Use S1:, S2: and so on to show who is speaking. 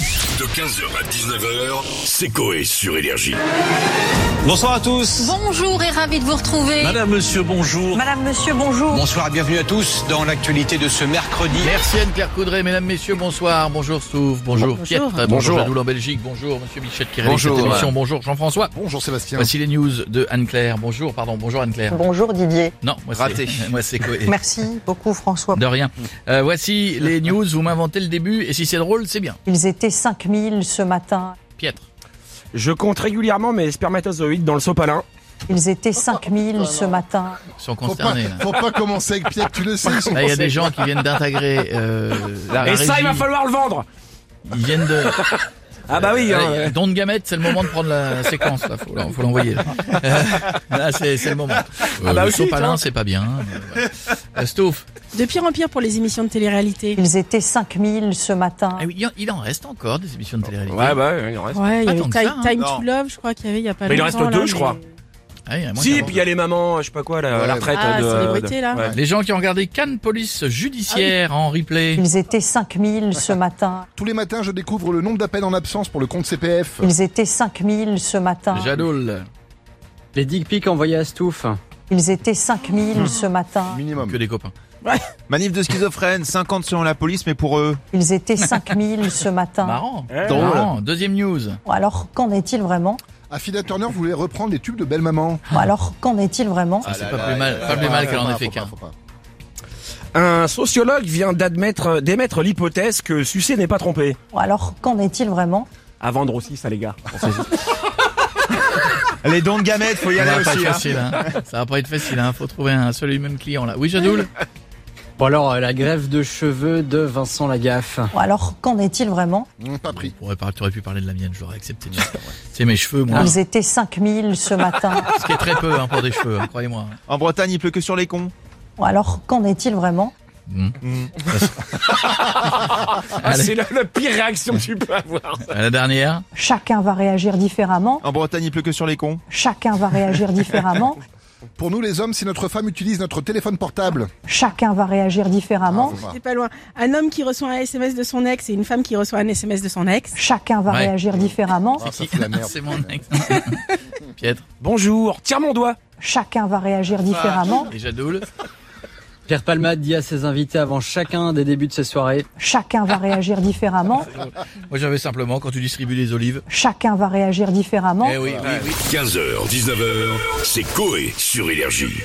S1: De 15h à 19h, c'est Coé sur Énergie.
S2: Bonsoir à tous.
S3: Bonjour et ravi de vous retrouver.
S2: Madame, monsieur, bonjour.
S3: Madame, monsieur, bonjour.
S4: Bonsoir et bienvenue à tous dans l'actualité de ce mercredi.
S5: Merci Anne-Claire Coudray, mesdames, messieurs, bonsoir, bonjour Stouff, bonjour
S3: Bonjour.
S5: Pietre, bonjour,
S6: Bonjour.
S5: Jadoul en Belgique, bonjour Monsieur Michel qui réalise
S6: Bonjour.
S5: cette émission, bonjour Jean-François.
S6: Bonjour Sébastien.
S5: Voici les news de Anne-Claire, bonjour, pardon, bonjour Anne-Claire.
S7: Bonjour Didier.
S5: Non, moi
S6: Raté.
S5: c'est, moi c'est Coé.
S7: Merci beaucoup François.
S5: De rien. Euh, voici les news, vous m'inventez le début, et si c'est drôle, c'est bien.
S7: Ils étaient 5000 ce matin.
S5: Pietre.
S8: Je compte régulièrement mes spermatozoïdes dans le sopalin.
S7: Ils étaient 5000 ce matin.
S5: Ils sont
S6: Faut pas,
S5: concernés. là.
S6: faut pas commencer avec Pierre, tu le sais. ils sont
S5: Là, il y a des
S6: concernés.
S5: gens qui viennent d'intégrer euh, la
S8: Et ça,
S5: régie.
S8: il va falloir le vendre.
S5: Ils viennent de...
S8: Ah bah oui. hein.
S5: Allez, don de gamète, c'est le moment de prendre la séquence. Là, faut, faut l'envoyer. Là, Euh, là, c'est c'est le moment. Euh,
S8: bah
S5: le
S8: aussi,
S5: sopalin,
S8: toi.
S5: c'est pas bien. hein, mais voilà. Euh, Stouff.
S9: De pire en pire pour les émissions de télé-réalité.
S7: Ils étaient 5000 ce matin.
S5: Ah oui, il en- il en reste encore des émissions de télé-réalité.
S8: Ouais bah ouais, il en reste.
S9: Ouais, il y
S5: Pas
S9: a eu
S5: tant que
S9: Ti-
S5: ça, hein.
S9: Time
S6: Non.
S9: to Love, je crois qu'il y avait il y a pas
S8: Mais il en
S9: longtemps,
S8: reste
S9: là,
S8: deux, je
S9: mais-
S8: crois.
S5: Ah, il y en a moins
S8: Si,
S5: qu'avant.
S8: puis il y a les mamans, je sais pas quoi, la,
S6: Ouais.
S8: la retraite
S9: Ah,
S8: de.
S9: c'est les
S8: de-
S9: bruités, là.
S8: euh, Ouais.
S5: Les gens qui ont regardé Cannes Police judiciaire
S8: Ah
S5: en replay.
S7: Ils étaient 5000 ce matin.
S6: Tous les matins, je découvre le nombre d'appels en absence pour le compte
S5: Euh,
S6: CPF.
S7: Ils étaient 5000 ce matin.
S5: Jadoul.
S4: Les dick pics envoyés à Stouff.
S7: Ils étaient 5000
S5: Mmh.
S7: ce matin.
S5: Que
S6: Minimum.
S5: des copains.
S10: Manif de schizophrènes, 50 selon la police, mais pour eux.
S7: Ils étaient 5000 ce matin.
S5: Marrant.
S8: Eh.
S5: Marrant. Deuxième news.
S7: Alors qu'en est-il vraiment
S6: Affida Turner voulait reprendre les tubes de Belle Maman.
S7: Alors qu'en est-il vraiment
S5: Ah, c'est pas plus mal, pas plus mal qu'elle en ait fait qu'un.
S8: Un sociologue vient d'admettre, euh, d'émettre l'hypothèse que Sucé n'est pas trompé.
S7: Alors qu'en est-il vraiment
S8: À vendre aussi ça les gars.
S10: Les dons de gamètes, faut y
S5: Ça
S10: aller
S5: va pas être
S10: aussi. hein.
S5: facile. hein. Ça va pas être facile. Hein. Faut trouver un seul et même client là. Oui, Jadoul.
S8: Eh.
S4: Bon alors, euh, la grève de cheveux de Vincent Lagaffe.
S7: Alors qu'en est-il vraiment
S6: Pas pris.
S5: Ouais, par- tu aurais pu parler de la mienne, j'aurais accepté. mais- C'est mes cheveux,
S8: Ah,
S5: moi.
S7: Ils étaient 5000 ce matin.
S5: Ce qui est très peu hein, pour des cheveux, hein, croyez-moi.
S10: En Bretagne, il pleut que sur les cons.
S7: Alors qu'en est-il vraiment
S8: Ah,
S5: Allez.
S8: c'est la, la pire réaction que tu peux avoir.
S5: À Euh, la dernière.
S7: Chacun va réagir différemment.
S10: En Bretagne, il pleut que sur les cons.
S7: Chacun va réagir différemment.
S6: Pour nous, les hommes, si notre femme utilise notre téléphone portable.
S7: Chacun va réagir différemment.
S6: Ah, faut pas.
S9: C'est pas loin. Un homme qui reçoit un SMS de son ex et une femme qui reçoit un SMS de son ex.
S7: Chacun va
S5: Ouais.
S7: réagir différemment.
S6: Ah, ça fait la merde.
S5: C'est mon ex. Pietre
S8: Bonjour. Tire mon doigt.
S7: Chacun va réagir différemment.
S5: et Jadoul.
S4: Pierre Palmade dit à ses invités avant chacun des débuts de ses soirées.
S7: Chacun va réagir différemment.
S5: Moi, j'avais simplement, quand tu distribues les olives.
S7: Chacun va réagir différemment.
S5: Eh oui, oui, oui.
S1: 15h, 19h, c'est Coé sur Énergie.